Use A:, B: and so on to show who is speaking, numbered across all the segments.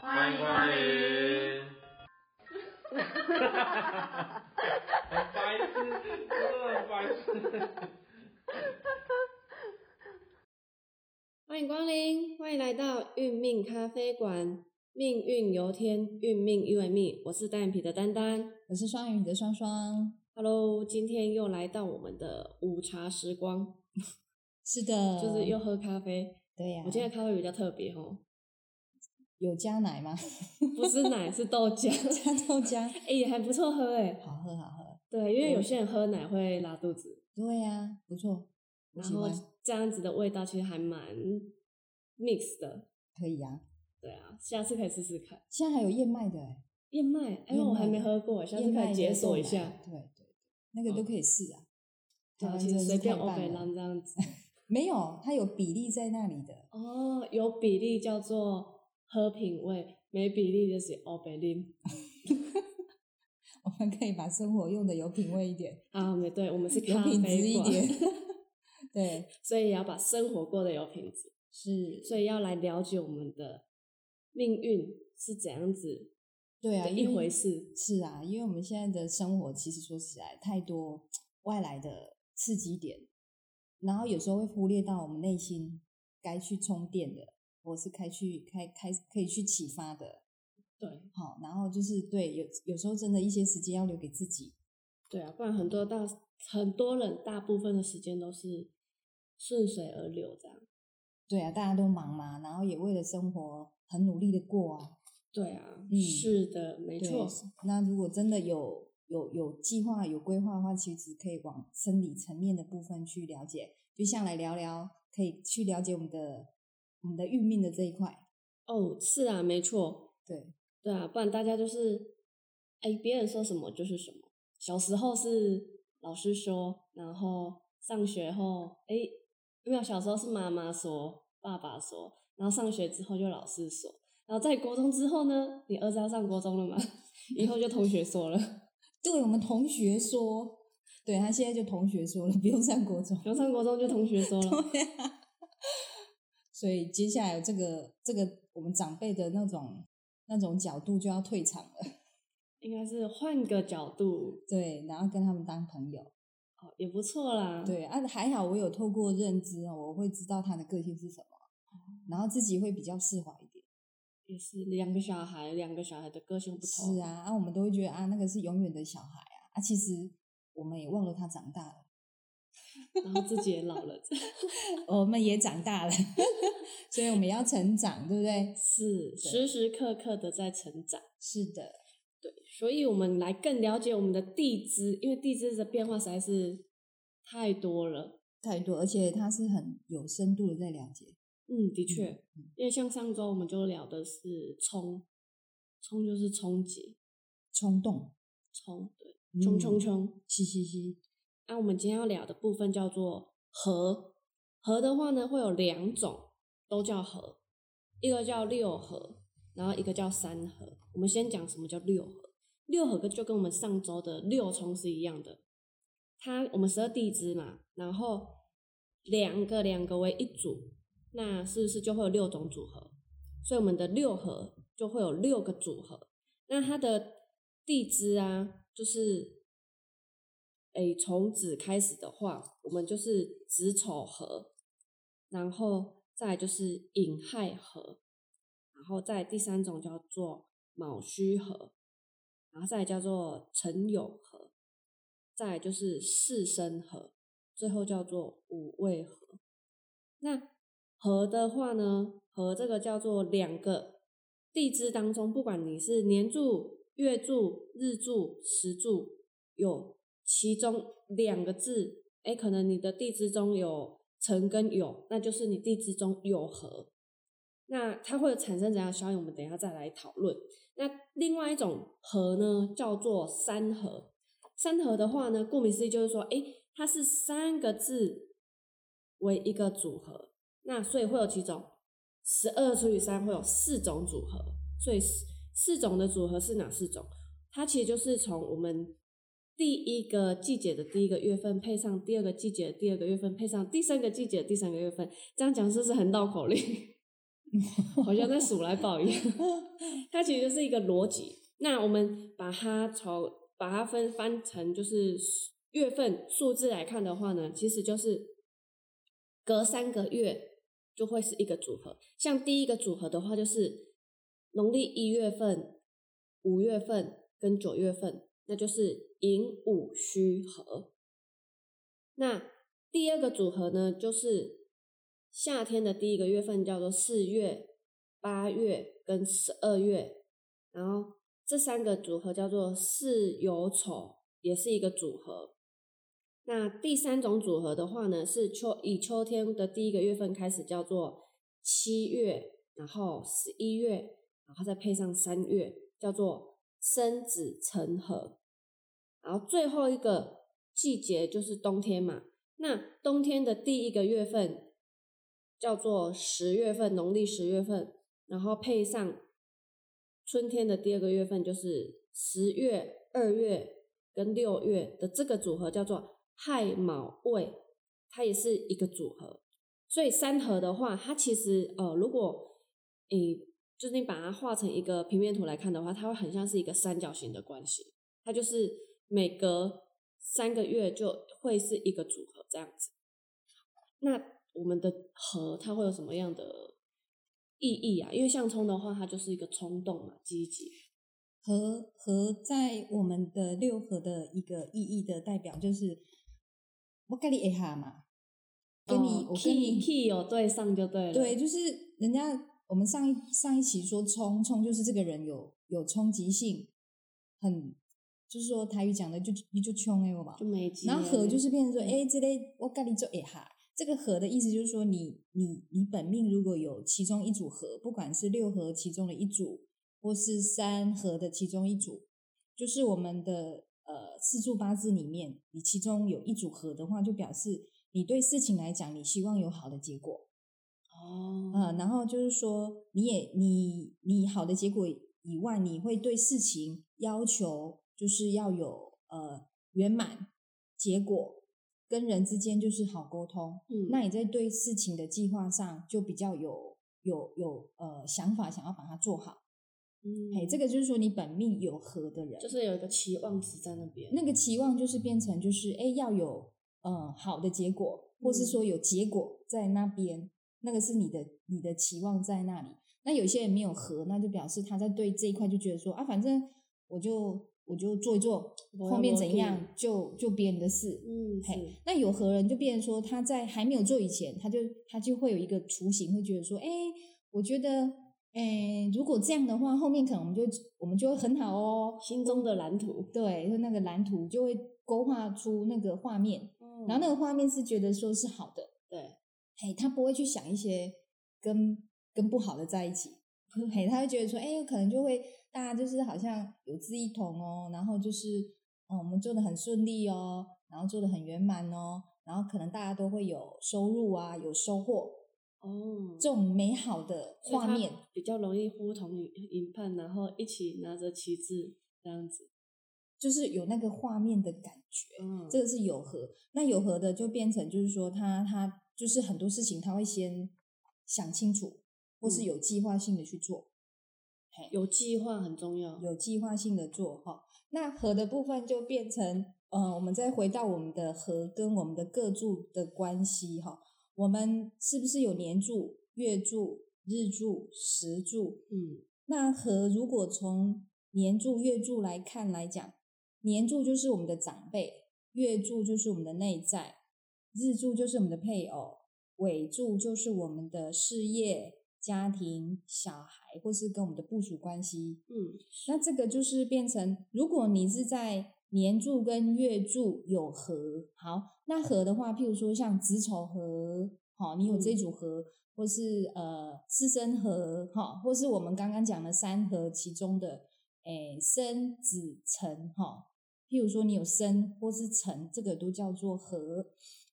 A: 欢迎光 临。很白痴，真的很白痴。
B: 欢迎光临，欢迎来到运命咖啡馆，命运由天，运命由命。我是单眼皮的丹丹
C: 我是双鱼你的双双。
B: ，Hello，今天又来到我们的午茶时光，
C: 是的，
B: 就是又喝咖啡。
C: 对呀、
B: 我今天的咖啡比较特别哦，
C: 有加奶吗？
B: 不是奶，是豆浆，
C: 加豆浆，
B: 哎、也还不错喝哎。
C: 好喝好喝。
B: 对，因为有些人喝奶会拉肚子，
C: 对呀、不错，我
B: 然
C: 喜
B: 后
C: 欢，
B: 这样子的味道其实还蛮 mix 的。
C: 可以啊。
B: 对啊，下次可以试试看
C: 现在还有燕麦的欸，
B: 燕麦，哎、呦，我还没喝过，下次
C: 燕
B: 可
C: 麦
B: 以
C: 的
B: 解锁一
C: 豆奶
B: 下。
C: 对对对，那个都可以试啊。
B: 对
C: 台湾
B: 其
C: 真
B: 实
C: 的
B: 随
C: 是
B: 便
C: 太
B: o
C: 棒
B: k
C: 了
B: 浪这样子。
C: 没有，它有比例在那里的。
B: 哦，有比例叫做喝品味，没比例就是 o 北林。
C: 我们可以把生活用的有品味一点，
B: 啊，没对，我们是
C: 有
B: 咖
C: 品质
B: 啡
C: 一
B: 馆，
C: 点。 对，
B: 所以也要把生活过得有品质，
C: 是，
B: 所以要来了解我们的命运是怎样子
C: 对啊，
B: 的一
C: 因为
B: 回事。
C: 是啊，因为我们现在的生活其实说起来太多外来的刺激点，然后有时候会忽略到我们内心该去充电的，或是该去开开可以去启发的。
B: 对
C: 好，然后就是对有有时候真的一些时间要留给自己。
B: 对啊，不然很多大很多人大部分的时间都是顺水而流这样。
C: 对啊，大家都忙嘛，然后也为了生活很努力的过啊。
B: 对啊，
C: 嗯
B: 是的，没
C: 对
B: 错。
C: 那如果真的有有有计划、有规划的话，其实可以往生理层面的部分去了解，就像来聊聊，可以去了解我们的我们的运命的这一块。
B: 哦，是啊，没错。
C: 对，
B: 对啊，不然大家就是，哎，别人说什么就是什么。小时候是老师说，然后上学后，哎，没有，小时候是妈妈说，爸爸说，然后上学之后就老师说，然后在国中之后呢，你儿子要上国中了嘛， 以后就同学说了，
C: 对我们同学说，对他现在就同学说了， 不用上国中。
B: 然后上国中就同学说了，
C: 对啊，所以接下来这个这个我们长辈的那种那种角度就要退场了，
B: 应该是换个角度
C: 对，然后跟他们当朋友。
B: 哦，也不错啦。，
C: 对啊，还好我有透过认知哦，我会知道他的个性是什么，
B: 哦
C: 然后自己会比较释怀一点。
B: 也是两个小孩，两个小孩的个性不同。
C: 是啊，啊，我们都会觉得啊，那个是永远的小孩啊，啊，其实我们也忘了他长大了，
B: 然后自己也老了，
C: 我们也长大了， 所以我们要成长，对不对？
B: 是时时刻刻的在成长。
C: 是的，
B: 对，所以我们来更了解我们的地支，因为地支的变化实在是太多了。
C: 太多，而且他是很有深度的在了解。
B: 嗯，的确，
C: 嗯嗯
B: 因为像上周我们就聊的是冲，冲就是冲击，
C: 冲动，
B: 冲对，冲冲冲。
C: 嘻嘻嘻，
B: 那、我们今天要聊的部分叫做合，合的话呢会有两种，都叫合，一个叫六合，然后一个叫三合。我们先讲什么叫六合，六合就跟我们上周的六冲是一样的，它我们十二地支嘛，然后两个两个为一组，那是不是就会有六种组合？所以我们的六合就会有六个组合。那它的地支啊，就是，诶，从子开始的话，我们就是子丑合，然后再来就是寅亥合，然后再来第三种叫做卯戌合，然后再来叫做辰酉合，再来就是巳申合，最后叫做五味合。那合的话呢，合这个叫做两个地支当中，不管你是年柱、月柱、日柱、时柱，有其中两个字，哎，可能你的地支中有辰跟酉，那就是你地支中有合。那它会产生怎样的效应？我们等一下再来讨论。那另外一种合呢，叫做三合。三合的话呢，顾名思义就是说，诶，它是三个字为一个组合，那所以会有几种？十二除以三会有四种组合，所以四四种的组合是哪四种？它其实就是从我们第一个季节的第一个月份配上第二个季节的第二个月份配上第三个季节的第三个月份，这样讲是不是很绕口令？ 好像在数来宝一样。它其实就是一个逻辑。那我们把它从把它分翻成就是月份数字来看的话呢，其实就是隔三个月就会是一个组合。像第一个组合的话，就是农历一月份、五月份跟九月份，那就是寅午戌合。那第二个组合呢，就是夏天的第一个月份叫做四月、八月跟十二月，然后这三个组合叫做巳酉丑，也是一个组合。那第三种组合的话呢，是秋以秋天的第一个月份开始叫做七月，然后十一月，然后再配上三月，叫做生子成合。然后最后一个季节就是冬天嘛。那冬天的第一个月份叫做十月份，农历十月份，然后配上春天的第二个月份就是十月、二月跟六月的这个组合叫做亥卯未，它也是一个组合。所以三合的话，它其实呃，如果你就是你把它画成一个平面图来看的话，它会很像是一个三角形的关系。它就是每隔三个月就会是一个组合这样子。那我们的和它会有什么样的意义啊？因为像冲的话，它就是一个冲动嘛，积极。
C: 和和在我们的六合的一个意义的代表就是，我跟你一下嘛，跟你、哦我跟
B: key
C: 你
B: key 有对上就对了。
C: 对，就是人家我们上一上一期说冲冲，就是这个人有有冲击性，很就是说台语讲的就你就冲哎我嘛
B: 就，没机。
C: 然后和就是是变成说哎、诶这类我跟你做哎哈，这个和的意思就是说你你你本命如果有其中一组合，不管是六合其中的一组，或是三合的其中一组，就是我们的呃四柱八字里面，你其中有一组合的话，就表示你对事情来讲，你希望有好的结果。
B: 哦，
C: 呃，然后就是说，你也你你好的结果以外，你会对事情要求就是要有呃圆满结果，跟人之间就是好沟通。
B: 嗯
C: 那你在对事情的计划上就比较有有有呃想法，想要把它做好。哎、
B: 嗯，
C: 这个就是说你本命有合的人，
B: 就是有一个期望值在那边。
C: 那个期望就是变成就是哎、诶要有呃好的结果，或是说有结果在那边，那个是你的你的期望在那里。那有些人没有合，那就表示他在对这一块就觉得说啊，反正我就我就做一做，
B: 没
C: 后面
B: 没
C: 怎
B: 定
C: 样就就别人的事。
B: 嗯，
C: 嘿
B: 是，
C: 那有合人就变成说他在还没有做以前，他就他就会有一个雏形，会觉得说，哎、我觉得，哎、如果这样的话，后面可能我们就我们就会很好哦，
B: 心中的蓝图。
C: 对，就那个蓝图就会勾画出那个画面，
B: 哦
C: 然后那个画面是觉得说是好的，
B: 嗯对，
C: 嘿，他不会去想一些跟跟不好的在 一起，嘿，他会觉得说，哎、可能就会大家就是好像有志一同哦，然后就是，嗯，我们做的很顺利哦，然后做的很圆满哦，然后可能大家都会有收入啊，有收获，
B: 哦，
C: 这种美好的
B: 所以
C: 画
B: 他
C: 面，
B: 比较容易呼同引判，然后一起拿着旗帜这样子。
C: 就是有那个画面的感觉。
B: 嗯，
C: 这个是有合，那有合的就变成就是说他他就是很多事情他会先想清楚，或是
B: 嗯
C: 有计划性的去做，
B: 有计划很重要。
C: 有计划性的做哈。那合的部分就变成呃，我们再回到我们的合跟我们的各柱的关系哈，我们是不是有年柱、月柱、日柱、时柱？
B: 嗯，
C: 那和如果从年柱、月柱来看来讲，年柱就是我们的长辈，月柱就是我们的内在，日柱就是我们的配偶，尾柱就是我们的事业、家庭、小孩，或是跟我们的部属关系。
B: 嗯，
C: 那这个就是变成，如果你是在年柱跟月柱有合，好，那合的话，譬如说像子丑合，好，你有这组合，或是呃四生合，哈，或是我们刚刚讲的三合其中的，诶生子辰，哈，譬如说你有生或是辰，这个都叫做合。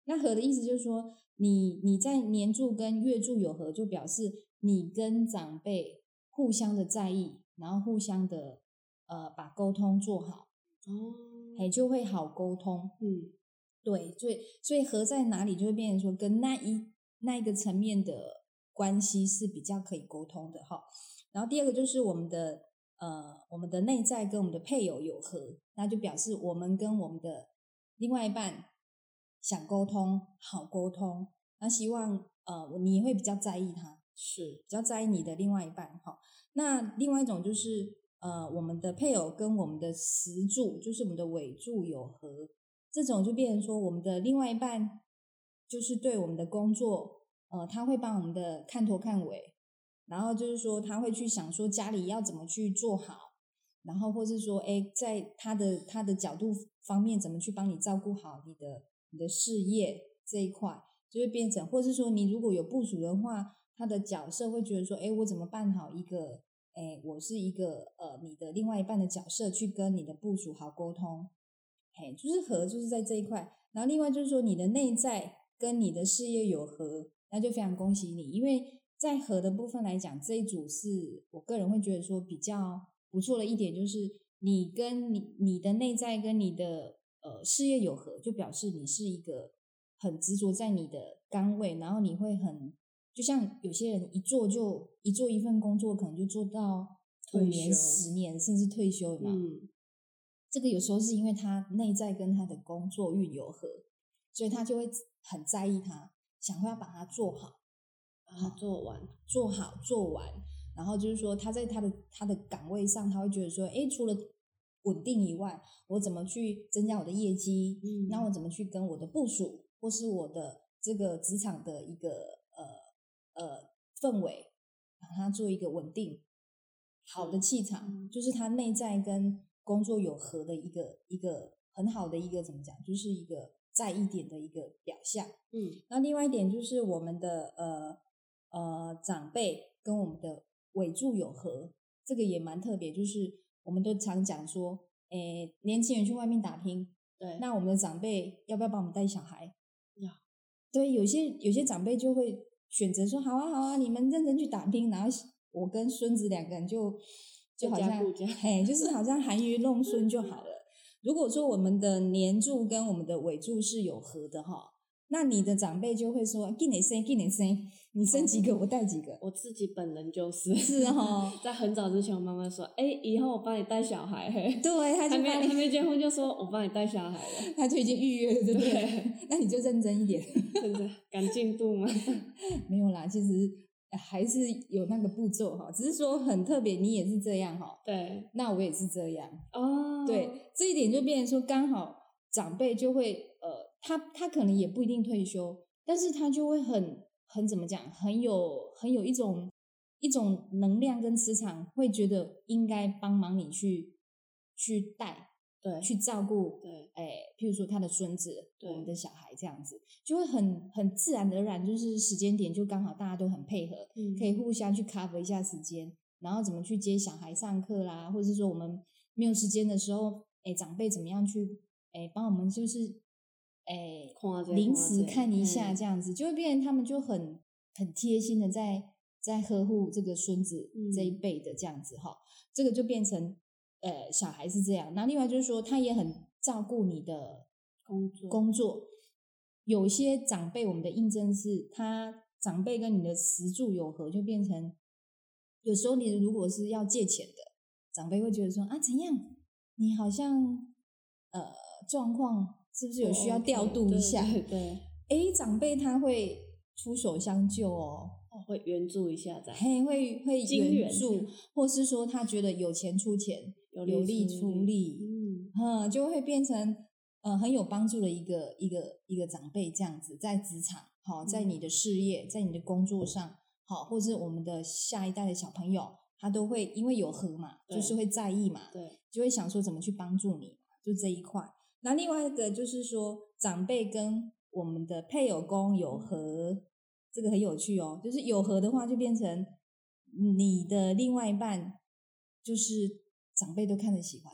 C: 那合的意思就是说，你你在年柱跟月柱有合，就表示你跟长辈互相的在意，然后互相的呃把沟通做好，
B: 哦，
C: 哎就会好沟通。
B: 嗯，
C: 对，所以所以合在哪里就会变成说跟那一那一个层面的关系是比较可以沟通的哈。然后第二个就是我们的呃，我们的内在跟我们的配偶有合，那就表示我们跟我们的另外一半想沟通，好沟通，那希望呃你会比较在意他，
B: 是
C: 比较在意你的另外一半哈。那另外一种就是呃，我们的配偶跟我们的食柱，就是我们的尾柱有合，这种就变成说我们的另外一半就是对我们的工作，呃，他会帮我们的看头看尾，然后就是说他会去想说家里要怎么去做好，然后或是说哎，在他的他的角度方面怎么去帮你照顾好你的你的事业这一块，就会变成，或是说你如果有部署的话，他的角色会觉得说，哎，我怎么办好一个。哎，我是一个呃，你的另外一半的角色去跟你的部署好沟通，嘿，就是合就是在这一块。然后另外就是说，你的内在跟你的事业有合，那就非常恭喜你，因为在合的部分来讲，这一组是我个人会觉得说比较不错的一点，就是你跟你你的内在跟你的呃事业有合，就表示你是一个很执着在你的岗位，然后你会很就像有些人一做就一做一份工作，可能就做到五
B: 退
C: 年、
B: 休
C: 十年，甚至退休嘛。
B: 嗯，
C: 这个有时候是因为他内在跟他的工作运有合，所以他就会很在意他，想要把它做好，
B: 把它做完，
C: 做好做完。然后就是说他在他的他的岗位上，他会觉得说，诶，除了稳定以外，我怎么去增加我的业绩？
B: 嗯
C: 那我怎么去跟我的部署或是我的这个职场的一个呃呃氛围，把它做一个稳定好的气场，就是他内在跟工作有合的一个一个很好的一个怎么讲，就是一个在意点的一个表象。
B: 嗯
C: 那另外一点就是我们的呃呃长辈跟我们的尾柱有合，这个也蛮特别，就是我们都常讲说，诶，年轻人去外面打拼，
B: 对，
C: 那我们的长辈要不要帮我们带小孩？
B: 要。
C: 对，有些有些长辈就会选择说，好啊好啊，你们认真去打拼，然后我跟孙子两个人就就好
B: 各家
C: 像
B: 顾家
C: 嘿，就是好像含鱼弄孙就好了。如果说我们的年柱跟我们的尾柱是有合的哈，那你的长辈就会说，给你生，给你生，你生几个我带几个。
B: 我自己本人就是
C: 是哦
B: 在很早之前，我妈妈说，哎、以后我帮你带小孩，嘿，
C: 对，
B: 还
C: 他就
B: 没
C: 帮
B: 还
C: 你，
B: 没结婚就说我帮你带小孩了，
C: 他就已经预约 了，对不对？那你就认真一点。
B: 真的赶进度吗？
C: 没有啦，其实呃还是有那个步骤哈，只是说很特别，你也是这样 哈，
B: 对，
C: 那我也是这样，
B: 哦，
C: 对，这一点就变成说刚好长辈就会呃，他他可能也不一定退休，但是他就会很很怎么讲，很有很有一种一种能量跟磁场，会觉得应该帮忙你去去带
B: 对
C: 去照顾
B: 对
C: 哎，譬如说他的孙子，
B: 对
C: 我们的小孩这样子，就会很很自然而然，就是时间点就刚好大家都很配合，
B: 嗯
C: 可以互相去 cover 一下时间，然后怎么去接小孩上课啦，或者是说我们没有时间的时候，哎，长辈怎么样去哎帮我们就是哎
B: 看这
C: 临时看一下
B: 嗯
C: 这样子，就会变成他们就很很贴心的在在呵护这个孙子
B: 嗯
C: 这一辈的这样子哈、这个就变成呃小孩是这样，那另外就是说他也很照顾你的
B: 工作
C: 工作，有些长辈我们的印证是他长辈跟你的实柱有合，就变成有时候你如果是要借钱的，长辈会觉得说啊怎样，你好像呃状况是不是有需要调度一下？
B: 哦对对对
C: 诶，长辈他会出手相救哦，
B: 哦会援助一下这样，
C: 嘿，会会
B: 金
C: 援
B: 援
C: 助，或是说他觉得有钱出钱，
B: 有
C: 有
B: 力
C: 力出力，
B: 嗯，
C: 嗯，就会变成呃很有帮助的一个一个一个长辈这样子，在职场好，在
B: 嗯
C: 你的事业，在你的工作上好，或是我们的下一代的小朋友，他都会因为有合嘛，
B: 对
C: 就是会在意嘛，
B: 对，
C: 就会想说怎么去帮助你，就这一块。那另外一个就是说，长辈跟我们的配偶宫有
B: 嗯
C: 合，这个很有趣哦。就是有合的话，就变成你的另外一半，就是长辈都看得喜欢。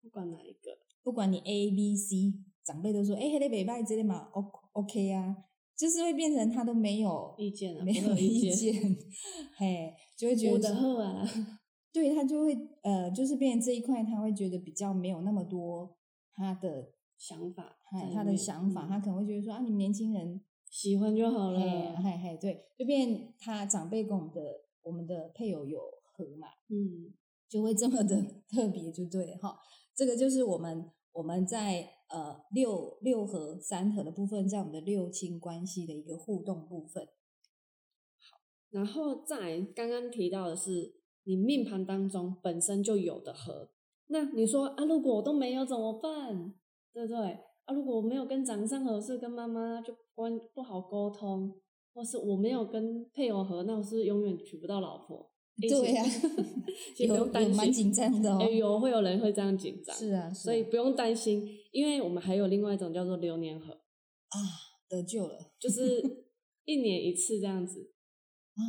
B: 不管哪一个，
C: 不管你 A、B、C，长辈都说，哎、欸，黑的北拜这里嘛，O OK 啊，就是会变成他都没有
B: 意见啊
C: 没
B: 不会
C: 有
B: 有意
C: 意
B: 见
C: 见， 嘿，就会觉
B: 我
C: 得
B: 的
C: 说
B: 贺啊，
C: 对他就会呃，就是变成这一块，他会觉得比较没有那么多他的
B: 想法在
C: 哎
B: 里面，
C: 他的想法，
B: 嗯
C: 他可能会觉得说啊，你们年轻人
B: 喜欢就好了。
C: 嘿，嘿嘿，对，就变他长辈跟我们的我们的配偶有合嘛，
B: 嗯，
C: 就会这么的 特别，就对了哈。这个就是我们我们在呃六六合三合的部分，在我们的六亲关系的一个互动部分。
B: 然后再刚刚提到的是你命盘当中本身就有的合，那你说啊，如果我都没有怎么办？对不对？啊，如果我没有跟长上合适，跟妈妈就关不好沟通，或是我没有跟配偶合，那我是不是永远娶不到老婆。诶
C: 对呀、
B: 其实 其实不
C: 有
B: 用担
C: 有
B: 心，
C: 蛮紧张的哦
B: 诶。有会有人会这样紧张，
C: 是啊，是
B: 所以
C: 啊
B: 不用担心，因为我们还有另外一种叫做流年合，
C: 得救了
B: 就是一年一次这样子，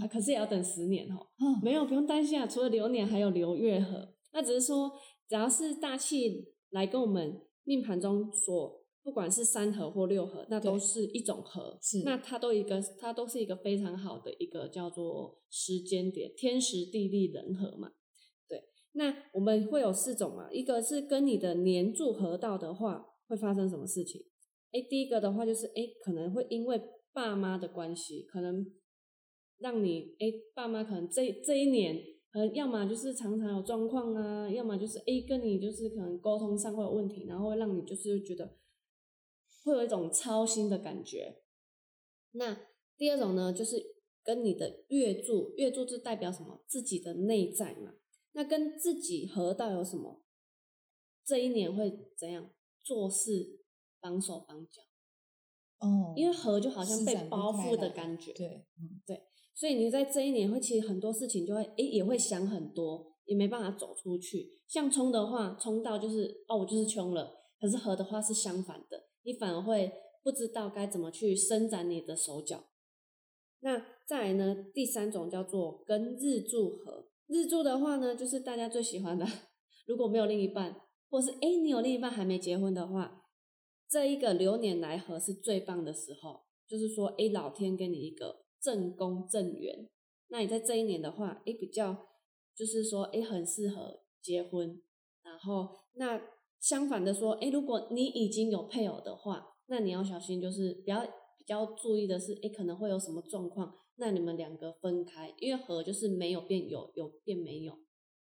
B: 啊，可是也要等十年哦。
C: 啊，
B: 没有，不用担心啊。除了流年，还有流月合。那只是说，只要是大气来跟我们命盘中所，不管是三合或六合，那
C: 对
B: 都是一种合。
C: 是
B: 那它都一个，它都是一个非常好的一个叫做时间点，天时地利人和嘛。对，那我们会有四种嘛，一个是跟你的年柱合到的话，会发生什么事情？哎，第一个的话就是，哎，可能会因为爸妈的关系，可能让你，哎，爸妈可能这这一年，呃，要么就是常常有状况啊，要么就是，哎，跟你就是可能沟通上会有问题，然后会让你就是觉得会有一种操心的感觉。那第二种呢，就是跟你的月柱，月柱是代表什么？自己的内在嘛。那跟自己合到有什么？这一年会怎样做事？绑手绑脚，
C: 哦，
B: 因为合就好像
C: 施
B: 被
C: 展不
B: 包
C: 开
B: 覆的
C: 来
B: 感觉，
C: 对，嗯，
B: 所以你在这一年会其实很多事情就会诶、也会想很多，也没办法走出去。像冲的话，冲到就是哦我就是穷了，可是合的话是相反的，你反而会不知道该怎么去伸展你的手脚。那再来呢，第三种叫做跟日柱合。日柱的话呢，就是大家最喜欢的，如果没有另一半，或是诶、你有另一半还没结婚的话，这一个流年来合是最棒的时候。就是说，诶，老天给你一个正宫正缘，那你在这一年的话，诶，比较就是说，诶，很适合结婚。然后，那相反的说，诶，如果你已经有配偶的话，那你要小心，就是比较比较注意的是，诶，可能会有什么状况，那你们两个分开，因为和就是没有变有，有变没有。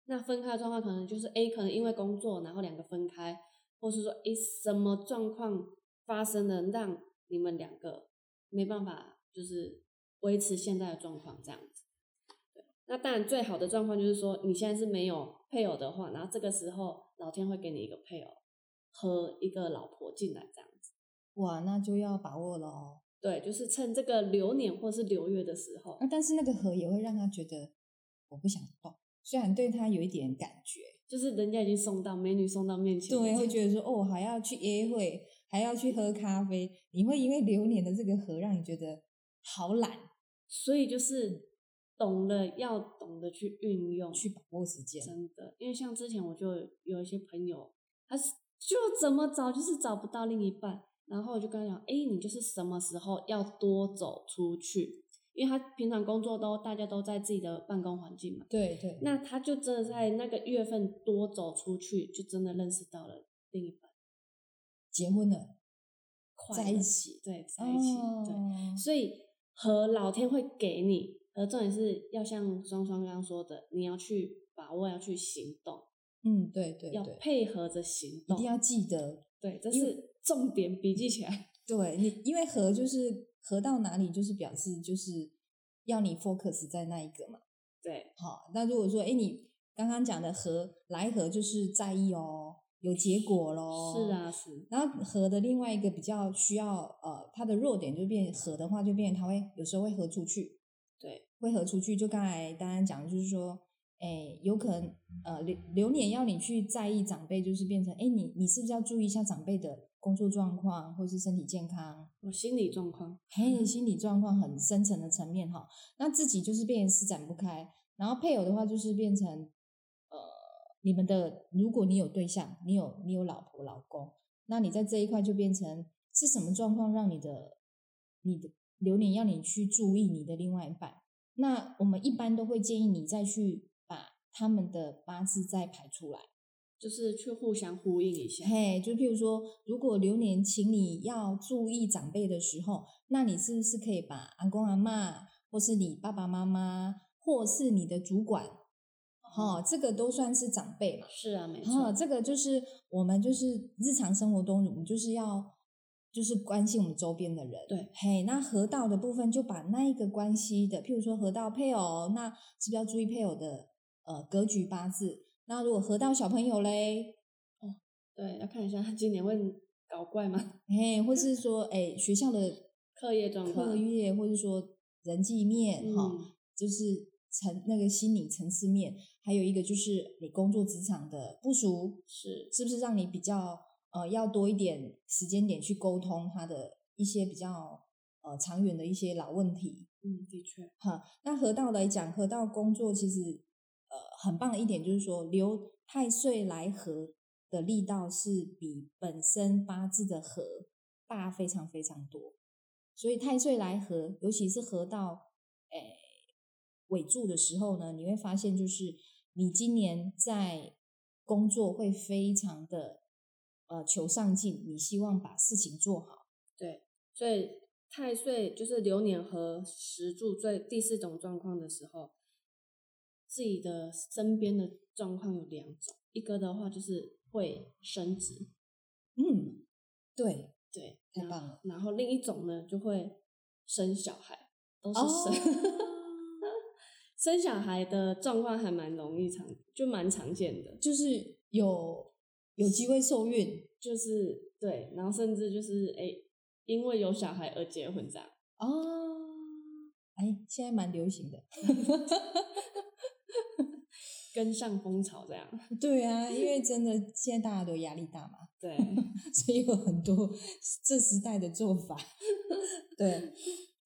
B: 那分开的状况可能就是 A 可能因为工作，然后两个分开，或是说诶什么状况发生了，让你们两个没办法就是维持现在的状况这样子。对，那当然最好的状况就是说你现在是没有配偶的话，然后这个时候老天会给你一个配偶和一个老婆进来这样子。
C: 哇，那就要把握了哦。
B: 对，就是趁这个流年或是流月的时候
C: 啊，，但是那个河也会让他觉得我不想动，虽然对他有一点感觉，
B: 就是人家已经送到美女送到面前了，
C: 对，会觉得说哦，还要去约会，还要去喝咖啡，你会因为流年的这个河让你觉得好懒，
B: 所以就是懂了，要懂得去运用，
C: 去把握时间。
B: 真的，因为像之前我就有一些朋友，他是就怎么找就是找不到另一半，然后我就跟他讲，哎、你就是什么时候要多走出去，因为他平常工作都大家都在自己的办公环境嘛，
C: 对对，
B: 那他就真的在那个月份多走出去，就真的认识到了另一半，
C: 结婚了，
B: 快
C: 在
B: 乐
C: 一，起，
B: 对，在一起，对。
C: 哦
B: 所以和老天会给你，而重点是要像双双刚刚说的，你要去把握，要去行动，
C: 嗯，对对
B: 要
C: 对，
B: 配合着行
C: 一
B: 动
C: 定。要记得，
B: 对，这是重点，笔记起来。
C: 对你，因为合就是合到哪里，就是表示就是要你 focus 在那一个嘛。
B: 对，
C: 好，那如果说，哎，你刚刚讲的合来合就是在意哦，有结果喽。
B: 是。啊，是，
C: 然后合的另外一个比较需要，呃，它的弱点就变合的话，就变它会有时候会合出去，
B: 对，
C: 会合出去。就刚才丹丹讲，的就是说，哎，有可能，呃，流流年要你去在意长辈，就是变成，哎，你你是不是要注意一下长辈的工作状况，或是身体健康，
B: 我心理状况。
C: 还有心理状况很深层的层面哈，那自己就是变成施展不开，然后配偶的话就是变成呃，你们的如果你有对象，你有你有老婆老公，那你在这一块就变成是什么状况让你的你的流年要你去注意你的另外一半？那我们一般都会建议你再去把他们的八字再排出来，
B: 就是去互相呼应一下。
C: 嘿，就譬如说，如果流年请你要注意长辈的时候，那你是不是可以把阿公阿妈，或是你爸爸妈妈，或是你的主管，
B: 嗯
C: 哈、这个都算是长辈嘛？
B: 是啊，没
C: 哈、
B: 错，
C: 这个就是我们就是日常生活中，我们就是要就是关心我们周边的人。
B: 对，
C: 嘿，那河道的部分就把那一个关系的，譬如说河道配偶，那是不是要注意配偶的呃格局八字？那如果河道小朋友嘞，
B: 对，要看一下他今年会搞怪吗？
C: 嘿，或是说，哎、学校的
B: 课业状况，
C: 课业，或是说人际面哈、
B: 嗯，
C: 就是层那个心理层次面，还有一个就是你工作职场的部署，
B: 是
C: 是不是让你比较呃要多一点时间点去沟通他的一些比较呃长远的一些老问题
B: 嗯，的确，
C: 哈？那河道来讲，河道工作其实呃很棒的一点就是说，流太岁来合的力道是比本身八字的合大非常非常多，所以太岁来合，尤其是合到诶尾柱呃的时候呢，你会发现就是你今年在工作会非常的呃求上进，你希望把事情做好，
B: 对，所以太岁就是流年和石柱最第四种状况的时候，自己的身边的状况有两种，一个的话就是会升职，
C: 嗯，对，
B: 对，
C: 太
B: 然后
C: 棒了，
B: 然后另一种呢就会生小孩，都是
C: 哦
B: 生。生小孩的状况还蛮容易常，就蛮常见的，
C: 就是有有机会受孕
B: 就是对，然后甚至就是哎、诶因为有小孩而结婚这样。
C: 哦，哎，现在蛮流行的，
B: 跟上风潮这样。
C: 对啊，因为真的现在大家都压力大嘛，
B: 对，
C: 所以有很多这时代的做法。 对，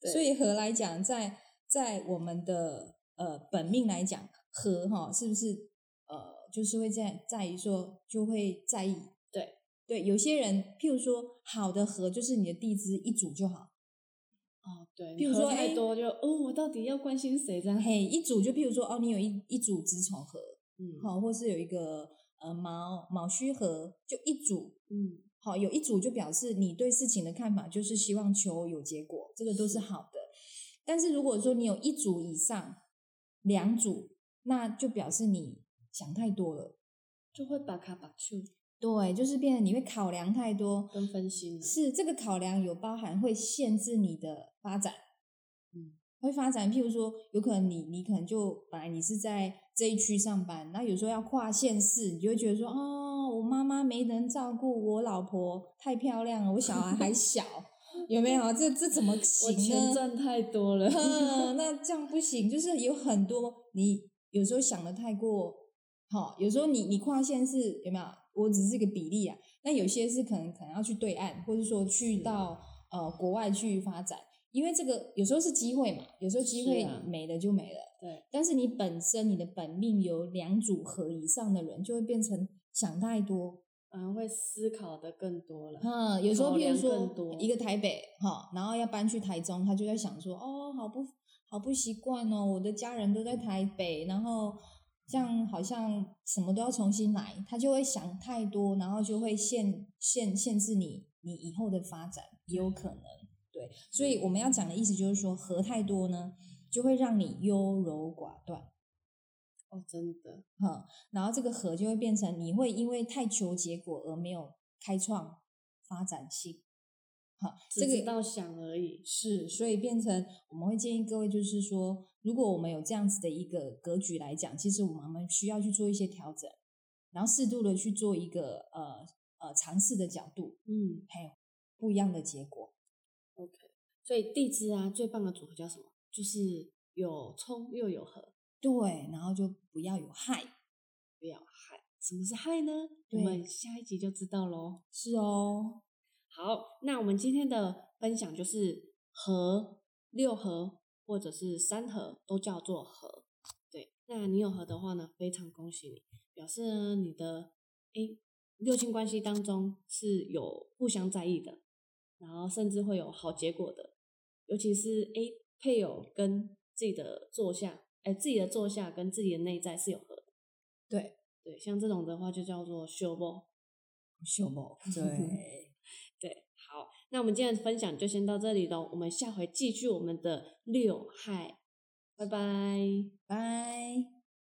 B: 对
C: 所以和来讲，在在我们的呃本命来讲，和哈是不是呃就是会在在于说就会在意
B: 对
C: 对，有些人譬如说好的和就是你的地支一组就好，
B: 哦对，
C: 譬如说
B: 喝太
C: 哎
B: 多就哦，我到底要关心谁这样？
C: 嘿一组就譬如说哦你有一一组子丑合，
B: 嗯，
C: 好、或是有一个呃卯卯戌合，就一组
B: 嗯，
C: 好，有一组就表示你对事情的看法就是希望求有结果，这个都是好的。但是如果说你有一组以上两组，那就表示你想太多了。
B: 就会把卡把去
C: 对，就是变得你会考量太多，
B: 跟分心了。
C: 是这个考量有包含会限制你的发展，嗯，会发展。譬如说，有可能你你可能就本来你是在这一区上班，那有时候要跨县市，你就会觉得说，哦，我妈妈没人照顾，我老婆太漂亮了，我小孩 还小，有没有？这这怎么
B: 我
C: 行
B: 钱
C: 呢？
B: 赚太多了，
C: 嗯，那这样不行，就是有很多你有时候想的太过好、有时候你你跨县市有没有？我只是一个比例啊，那有些是可能可能要去对岸，或者说去到呃国外去发展，因为这个有时候是机会嘛，有时候机
B: 是
C: 会
B: 啊
C: 没了就没了。
B: 对，
C: 但是你本身你的本命有两组合以上的人，就会变成想太多，
B: 反而会思考的更多了。
C: 嗯，有时候
B: 考
C: 譬如
B: 量更
C: 说
B: 多
C: 一个台北哈，然后要搬去台中，他就在想说，哦，好不好不习惯哦，我的家人都在台北，然后这样好像什么都要重新来，他就会想太多，然后就会限限限制你你以后的发展，也有可能对。所以我们要讲的意思就是说，和太多呢，就会让你优柔寡断。
B: 哦，真的，
C: 哈，然后这个和就会变成你会因为太求结果而没有开创发展性，哈，
B: 只
C: 这
B: 知
C: 个
B: 道想而已。
C: 是，所以变成我们会建议各位就是说，如果我们有这样子的一个格局来讲，其实我们需要去做一些调整，然后适度的去做一个呃呃尝试的角度，
B: 嗯
C: 嘿，不一样的结果，
B: ，OK。所以地支啊，最棒的组合叫什么？就是有冲又有和，
C: 对，然后就不要有害，
B: 不要害。什么是害呢？我
C: 对
B: 们下一集就知道喽。
C: 是哦，
B: 好，那我们今天的分享就是和六合或者是三合都叫做和。对，那你有和的话呢，非常恭喜你，表示呢你的诶、六亲关系当中是有互相在意的，然后甚至会有好结果的，尤其是诶、配偶跟自己的坐下，诶、自己的坐下跟自己的内在是有和的。
C: 对
B: 对，像这种的话就叫做修波。
C: 秀
B: 哦
C: 某， 对，
B: 对，好，那我们今天的分享就先到这里喽，我们下回继续我们的六害，拜拜。
C: 拜。